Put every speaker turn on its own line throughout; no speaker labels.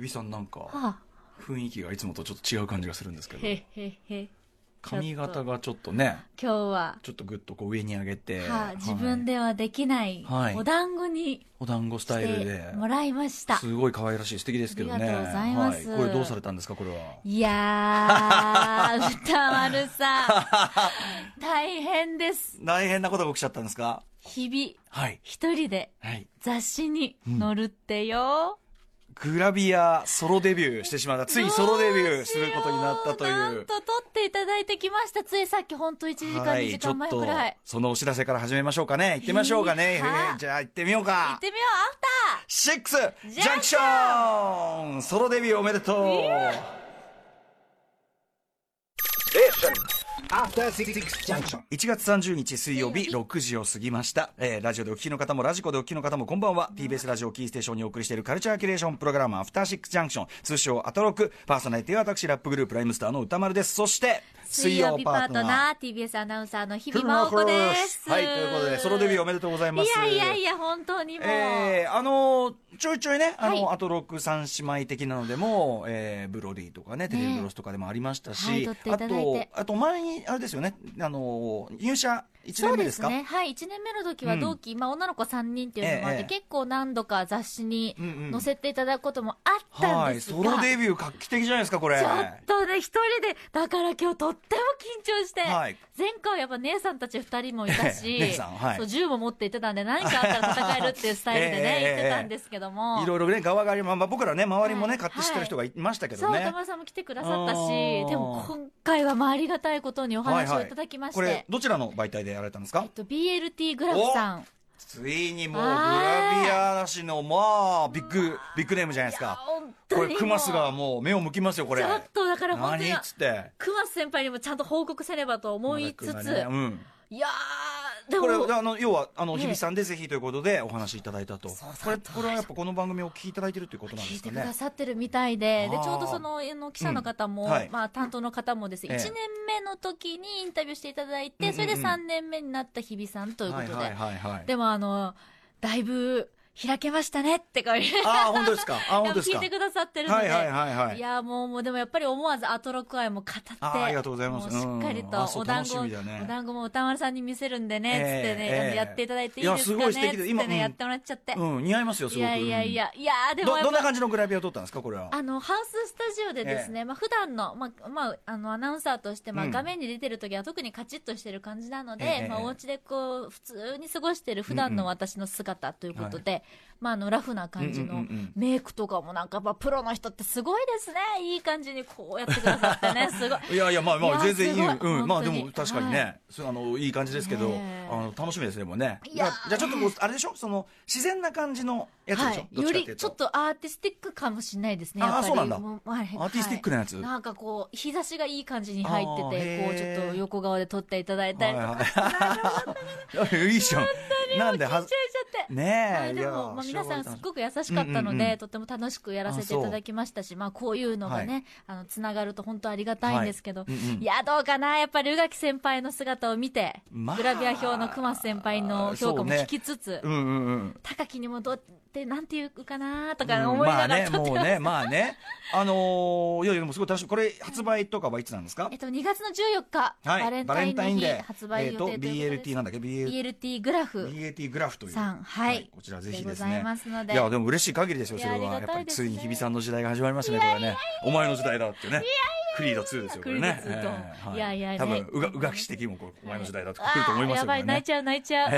指さんなんか
は
雰囲気がいつもとちょっと違う感じがするんですけ
あ、
ど
へへへ。
髪型がちょっとね
今日は、
ちょっとグッとこう上に上げて、
は
はい
あ、自分ではできない、
はい
お団子に
お団子ス
し
タイル
て
で
もらいました。
すごい可愛らしい素敵ですけどね
ありがとうございます
はい、これどうされたんですかこれはい
やー、歌丸さん、大変です。
大変なことが起きちゃったんですか
日々、
はい
一人で
はい
雑誌に載るってよ。
グラビアソロデビューしてしまったついソロデビューすることになったとい
なん
う
と撮っていただいてきました。ついさっき本当1時間、
は
2時
いちょ
間
っ
前
と
くらい。
そのお知らせから始めましょうかね行ってみましょうかね、
いいか
じゃあ行ってみよう
行
か
ってみよう、アフター
シックスジャンクションソロデビューおめでとう
After Six Junction.
1月30日水曜日6時を過ぎました、えーラジオでお聞きの方もラジコでお聞きの方もこんばんは TBS ラジオキーステーションにお送りしているカルチャーキュレーションプログラム「アフターシックスジャンクション」通称アトロクパーソナリティは私ラップグループライムスターの歌丸ですそして
水曜日パートナー TBS アナウンサーの日々真央
ー
子です
はいということでソロデビューおめでとうございます
いやいやいや本当にもう、
えーあのーちょいちょいね、あの、
はい
アトロック三姉妹的なのでも、えーブロディとかね、テレビブロスとかでもありましたし、
はい撮ってい
あ
ただい
と
て、
あと前に、あれですよね、あのー入社1年目ですか
そうですねはい1年目の時は同期、まあ、女の子3人っていうのもあって、
ええ
結構何度か雑誌に
うんうん
載せていただくこともあった
は
ん
い、
ですが、
ソロデビュー画期的じゃないですか、これ。
ちょっとね、一人で、だから今日とっても緊張して、
はい
前回はやっぱ姉さんたち二人もいたし、
姉さんはい
そう銃も持って行ってたんで、何かあったら戦えるっていうスタイルで
ええ
ね、
ええ
行ってたんですけども。
いろいろね、側があり、まあ、まあ僕らね、周りもね、
はい
勝手知ってる人がいましたけ
そ
ど
う、
ね。
田村さんも来てくださった
あ
し、
ー
でも今回はまあありがたいことにお
はい
話
は
をいただきまして、
これ、どちらの媒体でやられたんです
え
か
っと、BLT グラフさん。
ついにもう、グ
あー
ラビアなしの、まあ、ビッグ、ビッグネームじゃないです
いや
か。
本当
こ
にもう
れ、クマスがもう目を向きますよ、これ。
ちょっとだから本当
何
に
っ、つって。
クマス先輩にもちゃんと報告せねばと思いつ
山田君
つ、
がねうん
いやー、で
これ
も、
あの要はあの
ね
日比さんでぜひということでお話しいただいたと、
そう
これ
そう
これはやっぱこの番組を聞いていただいてるということなんで
聞い
すか
てく
ね
だ。さってるみたいで、で
あー
ちょうどそのあの記者の方も、
うんはい
まあ、担当の方もですね、
ええ
1年目の時にインタビューしていただいて、
うんうんうん
それで3年目になった日比さんということ
はいは
で、
いはいはい。
でもあの、だいぶ開けましたねってこういう
ああ本当ですか。あ本当です
聞
か。
いてくださってるので、
はいいはいはいはい。
やもうもうでもやっぱり思わずアトロク愛も語って
あーありがとうございます
もうしっかり
うんあ
と
そう
お団子、
楽しみだね
お団子も歌丸さんに見せるんでね、
ええ
つって
え
ね、
え
あのやっていただいていいですか
い
ね
やすごい素敵で今
つってね、
うん
やってもらっちゃって、
うん似合いますよす
い
ごく。
やいやいやいやーで
うん。
も
ど
やっ
ど
ぱ
んな感じのグラビアを撮ったんですかこれは。
あのハウススタジオでですね、まあ普段の、まあまあ、あのアナウンサーとして、ま
う
あ、
ん
画面に出てる時は特にカチッとしてる感じなので、
ええ
まあ、お家でこう普通に過ごしてる普段の私の姿ということで、まあ、あのラフな感じ
うんう
の
んうんうん
メイクとかもなんかやっぱプロの人ってすごいですねいい感じにこうやってくださっ てねすごい。
いやいやまあま
い
あ
や
全然いい
すごい
うんまあ
本
で
当に
も確かに
は
ねそうあのいい感じですけど
ねえ
あの楽しみですねもうね
い
じゃ
や
あじゃあちょっとこうあれでしょその自然な感じのやつでしょどっ
よ
ちかってい
り
う
ちょ
と
っとアーティスティックかもしれないですね
あー
やっぱり
そうなんだ
も
ア
はい
ーティスティックなやつ
はいなんかこう日差しがいい感じに入って
あー
てこう
へー
ちょっと横側で撮っていただいた
はい
りとか、
はい いいじゃんなんでは
緊張しちゃって。は
ねえ
い、
い
で
や
も、まあ、皆さん
面白か
す
った
っごく優しかったので、
うんうんうん
とっても楽しくやらせていただきましたし、まあ、こういうのがね、あの、つながると本当ありがたいんですけど、
はい
い
うんうん
や、どうかな、やっぱり宇垣先輩の姿を見て、
まあ
グラビア表の熊瀬先輩の評価も聞きつつ、
うんうんうん
高木にもどうって、なんていうかな、とか
うん
思い
ま
な
あ
が
ね
ら撮って
もう
ます、
ねまあねあのーいやいやでもすごい楽しみこれ発売とかはいつなんですか
えっと、2月の14日、
はい
バレンタインの日
で
発売予定ということで
えっと BLT なんだっけ BL
BLT グラフ
BAT グラフという
さん、はい、
こちらぜひです
でご
ね
ざいますので。
いやでも嬉しい限りですよ
い
そ
や
れは
あ
や
り
っぱ
がた
り
いです
つ
ね
いに日比さんの時代が始まりましたねこれはねお前の時代だっていうねクリード2ですよこれね
クリード2と
ええはい
やいやね
多分うがうがき指摘もこうお前の時代だって来ると思いますよ
あーやばい、
これね
泣いちゃう、泣いちゃう。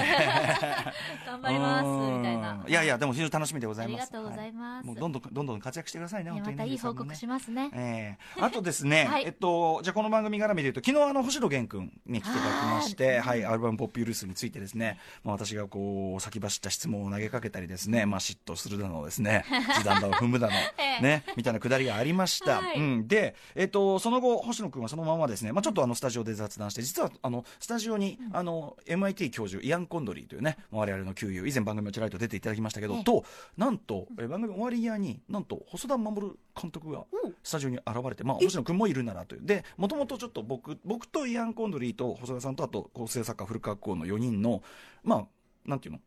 頑張ります、
うん
みたいな。
いやいや、でも非常に楽しみでございます。
ありがとうございます
はもうどんどん、どんどん活躍してくださいね、
ね
本当
ま
にね、
たいい報告し
ま
ますね。
ええあとですね、
はい
えっと、じゃあこの番組絡みで言うと、昨日あの、星野源くんに来ていただきまして、
あー
はい、アルバムポッピュールースについてですね、まあ私がこう、先走った質問を投げかけたりですね、まあ嫉妬するだのです ね、時短だの踏むだの、
ええ
ね、みたいなくだりがありました。
はい
うん。で、えっと、その後、星野くんはそのままですね、まあちょっとあの、スタジオで雑談して、実はあの、スタジオに、あの、MIT 教授、イアン・コンドリーというね、我々の旧友、以前番組をちらりと出ていただきましたけど、
ええ
と、なんと、え番組終わり際に、なんと、細田守監督が
うん、
スタジオに現れて、まあ、星野くんもいるならという。で、もともとちょっと僕、僕とイアン・コンドリーと細田さんと、あと、構成作家、古川公の4人の、まあ、なんていうの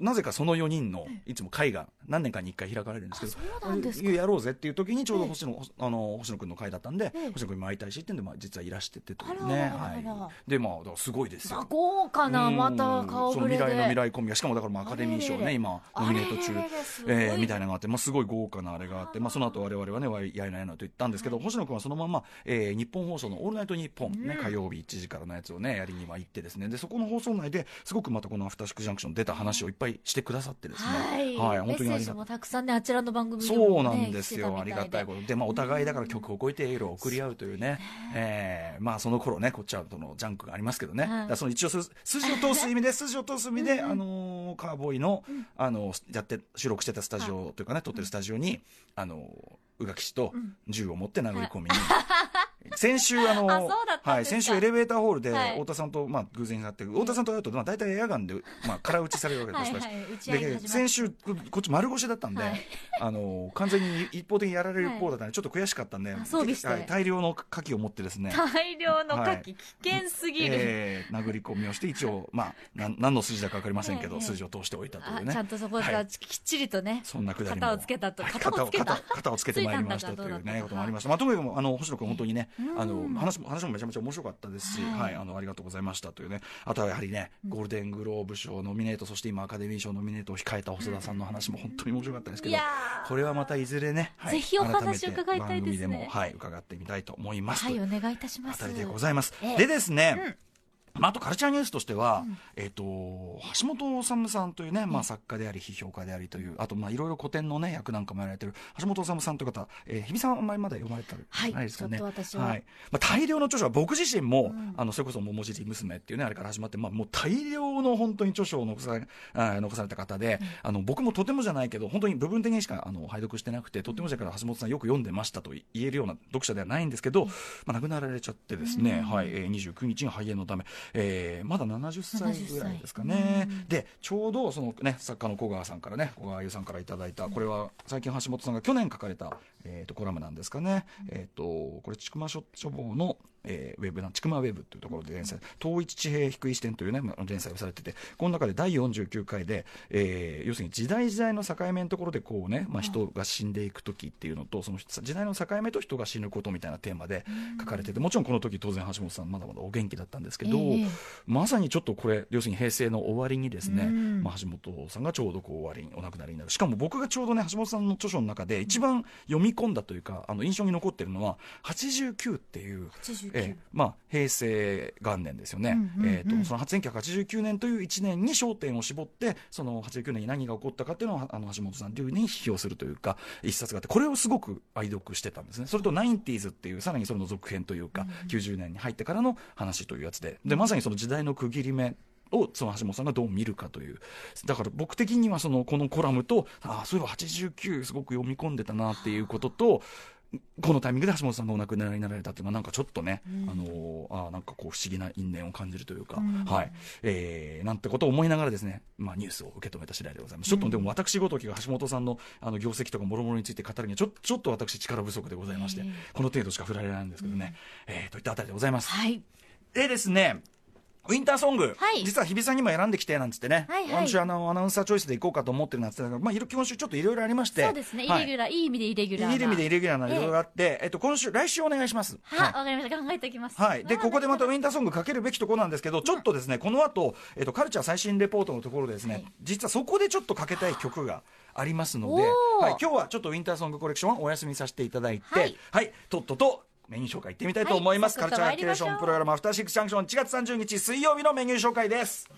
なぜかその4人のいつも会が何年かに1回開かれるんですけど
そうなんですか
やろうぜっていう時にちょうど星野,、あの星野君の会だったんで、
ええ
星野君にも会いたいしってんで、まあ、実はいらしててとい
あら
う
あ
ね
らあら
はい、でまあだからすごいです
まあ
よ。
豪華なまた顔
そ
ぶ
の
れ
未
で
来の未来コンビがしかもだからまあアカデミー賞
あれれ
ね
れ
今ノミネート
あ
中
れれれすごい
えーみたいなのがあって、まあ、すごい豪華なあれがあってまあ、その後我々はねわいやいないなと言ったんですけど、星野君はそのまま、えー日本放送の「オールナイトニッポン、ね」火曜日1時からのやつをねやりには行ってですねでそこの放送内ですごくまたこの「アフターシックスジャンクション」出た話をいっぱいしてくださってですね
はい、
本当に
メ
あり
ッセージ
がた
もたくさんねあちらの番組でも、ね、
そうなんですよ、ありがたい
こ
ことで、まあ、お互いだから曲を超えてエールを送り合うというね、えーまあ、その頃ね、こっちはそのジャンクがありますけどね、
はい
だからその一応す、筋を通す意 味で、筋を通す意味で、あのーカーボーイの、あのーやって、収録してたスタジオというかね、撮ってるスタジオに、あのー宇垣氏と銃を持って殴り込みに。 先週、あのー
あそうだったんですか
はい、先週エレベーターホールで、
はい
太田さんと、まあ、偶然会って、太田さんと会うと、まあ、大体エアガンで、まあ、空打ちされるわけです、
はいはい打ち合いが始まっ
で
て
先週、ここっち丸腰だったんで、
はい
あの完全に一方的にやられる方だったんで、ちょっと悔しかったんで、
あ装備して
はい大量の牡蠣を持ってですね、
大量の
は
牡蠣、
い
危険すぎる、
えー殴り込みをして、一 応、まあ、なん何の筋だか分かりませんけど、
ええ
筋を通しておいたとい
あ
うね。
ちゃんとそこ
は
が
い
きっちりとね、
そんなくだりも
肩をつけたと
はい
肩をつけた
肩肩肩をつけてまいりました
ついた
と
んだか
い
どうだ
う
った
ね
か
こともありましたまあとにかくあの星野君本当にね
うん
あの話も話もめちゃめちゃ面白かったですし
は
はいいあのありがとうございましたというねあとはやはりねゴールデングローブ賞ノミネートそして今アカデミー賞ノミネートを控えた細田さんの話も本当に面白かったですけ
い
ど
やー
これはまたいずれね、はい
ぜひお話
改めて
伺いたいです
番組
ね
でも、はい、伺ってみたいと思います。
はい
と
お願いいたしま
あ
す
たりでございます。
ええ
でですね、まあ、あとカルチャーニュースとしては、えっ、と、橋本治さんというね、まあ、作家であり、批評家でありという、あと、まあ、いろいろ古典のね、役なんかもやられてる、橋本治さんという方、えー日比さんあんまりまだ読まれた
はい
ないですかね。。
ちょっと私はい
まあ、大量の著書は、僕自身も、あの、それこそ、桃尻娘っていうね、あれから始まって、まあ、もう大量の本当に著書を残され、あー残された方で、あの、僕もとてもじゃないけど、本当に部分的にしか、あの、拝読してなくて、とてもじゃないから、橋本さんよく読んでましたと言えるような読者ではないんですけど、まあ、亡くなられちゃってですね、はい、えー29日に肺炎のため、えーまだ70歳ぐらいですかね。で、ちょうど、そのね、作家の小川さんからね、小川優さんからいただいた、これは、最近橋本さんが去年書かれた、えーと、コラムなんですかね。えっ、と、これ、ちくま書書房の、えーウェブな、ちくまウェブというところで連載、統一地平低い視点というね、まあ連載をされてて、この中で第49回で、えー要するに時代時代の境目のところで、こうね、まあ、人が死んでいく時っていうのと、その時代の境目と人が死ぬことみたいなテーマで書かれてて、もちろんこの時当然橋本さん、まだまだお元気だったんですけど、
ええ
まさにちょっとこれ、要するに平成の終わりにですね、
うん
まあ、橋本さんがちょうどこう終わりにお亡くなりになる、しかも僕がちょうどね、橋本さんの著書の中で、一番読み込んだというか、あの印象に残ってるのは、89っていう。
89、
ええまあ、平成元年ですよね、
うんうんうん
えー、とその1989年という1年に焦点を絞ってその89年に何が起こったかっていうのをあの橋本さん流に批評するというか一冊があってこれをすごく愛読してたんですねそれと「ナインティーズ」っていうさらにそれの続編というか、90年に入ってからの話というやつででまさにその時代の区切り目をその橋本さんがどう見るかというだから僕的にはそのこのコラムとああそういえば89すごく読み込んでたなっていうこととこのタイミングで橋本さんがお亡くなりになられたっていうのはなんかちょっとね、あのーあーなんかこう不思議な因縁を感じるというか、はい、えーなんてことを思いながらですね、まあ、ニュースを受け止めた次第でございます、ちょっとでも私ごときが橋本さんのあの業績とかもろもろについて語るにはちょちょっと私力不足でございまして、この程度しか振られないんですけどね、えーといったあたりでございます。
はい
でですねウィンターソング、
はい
実は日比さんにも選んできてなんつってね、
はいはい
今週あのアナウンサーチョイスでいこうかと思ってるなんつってたけど、まあ、いろ今週ちょっといろいろありまして
そうですねイ
はい
レギュラー、い、い意味でイレギュラーない
い意味でイレギュラーな
ええ
いろいろあって、えっと、今週、来週お願いします。
はわ、かりました考えておきます
はい。で、
あ
ここでまたウィンターソングかけるべきとこなんですけど、ちょっとですね、この後、えっと、カルチャー最新レポートのところでですね、実はそこでちょっとかけたい曲がありますので、
おー
はい、今日はちょっとウィンターソングコレクションはお休みさせていただいて、
は
はいい、とっととメニュー紹介いってみたいと思います。
はい
カルチャーキュレーシ
早
ョン
速
プログラム、アフターシックスジャンクション、1月30日水曜日のメニュー紹介です。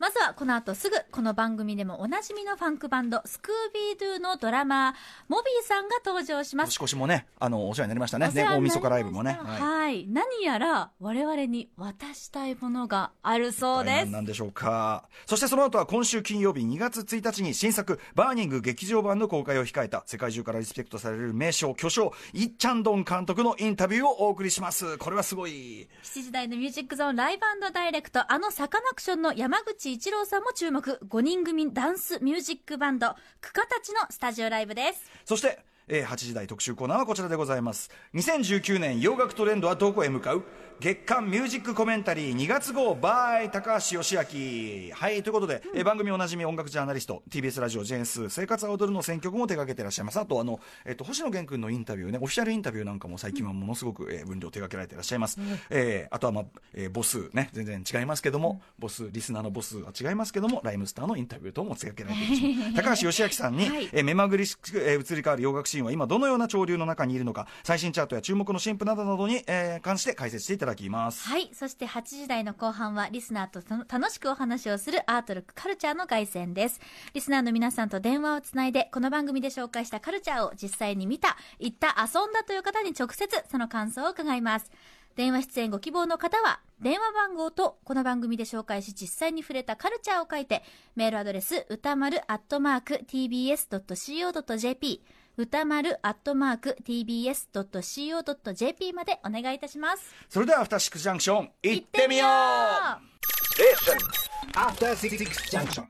まずはこの後すぐこの番組でもおなじみのファンクバンドスクービードゥのドラマーモビーさんが登場します
年越しもね、あの、お世話になりましたね。
お世
ね、
話
大晦
になりました
日ライブもね。
はい、
い。
何やら我々に渡したいものがあるそうで
何
す
なんでしょうかそしてその後は今週金曜日2月1日に新作「バーニング劇場版」の公開を控えた世界中からリスペクトされる名将巨匠イッチャンドン監督のインタビューをお送りしますこれはすごい
7時台のミュージックゾーンライブダイレクト、あのサカナクションの山口一郎さんも注目、5人組ダンスミュージックバンド、クカたちのスタジオライブです。
そしてえー8時台特集コーナーはこちらでございます2019年洋楽トレンドはどこへ向かう月刊ミュージックコメンタリー2月号 by 高橋義明はいということで、えー番組おなじみ音楽ジャーナリスト TBS ラジオジェンス生活は踊るの選曲も手掛けてらっしゃいますあとあの、えっと星野源君のインタビューねオフィシャルインタビューなんかも最近はものすごく、えー分量手掛けられてらっしゃいます、えーあとは、まあえー母数ね全然違いますけども、母数リスナーの母数は違いますけどもライムスターのインタビューとも手掛けられていらっしゃい ます高橋義明さんに、
はい
えー目まぐりしく、えー移り変わる洋楽シーンは今どのような潮流の中にいるのか最新チャートや注目の新譜などなどに、えー関して解説していただきます
はい。そして8時台の後半は、リスナーとたの楽しくお話をするアートルックカルチャーの凱旋です。リスナーの皆さんと電話をつないで、この番組で紹介したカルチャーを実際に見た、行った、遊んだという方に直接その感想を伺います。電話出演ご希望の方は、電話番号とこの番組で紹介し実際に触れたカルチャーを書いて、メールアドレス、歌丸アットマーク tbs.co.jp、歌丸アットマーク tbs.co.jp までお願いいたします。
それではアフターシックスジャンクション行ってみよう
After Six Junction.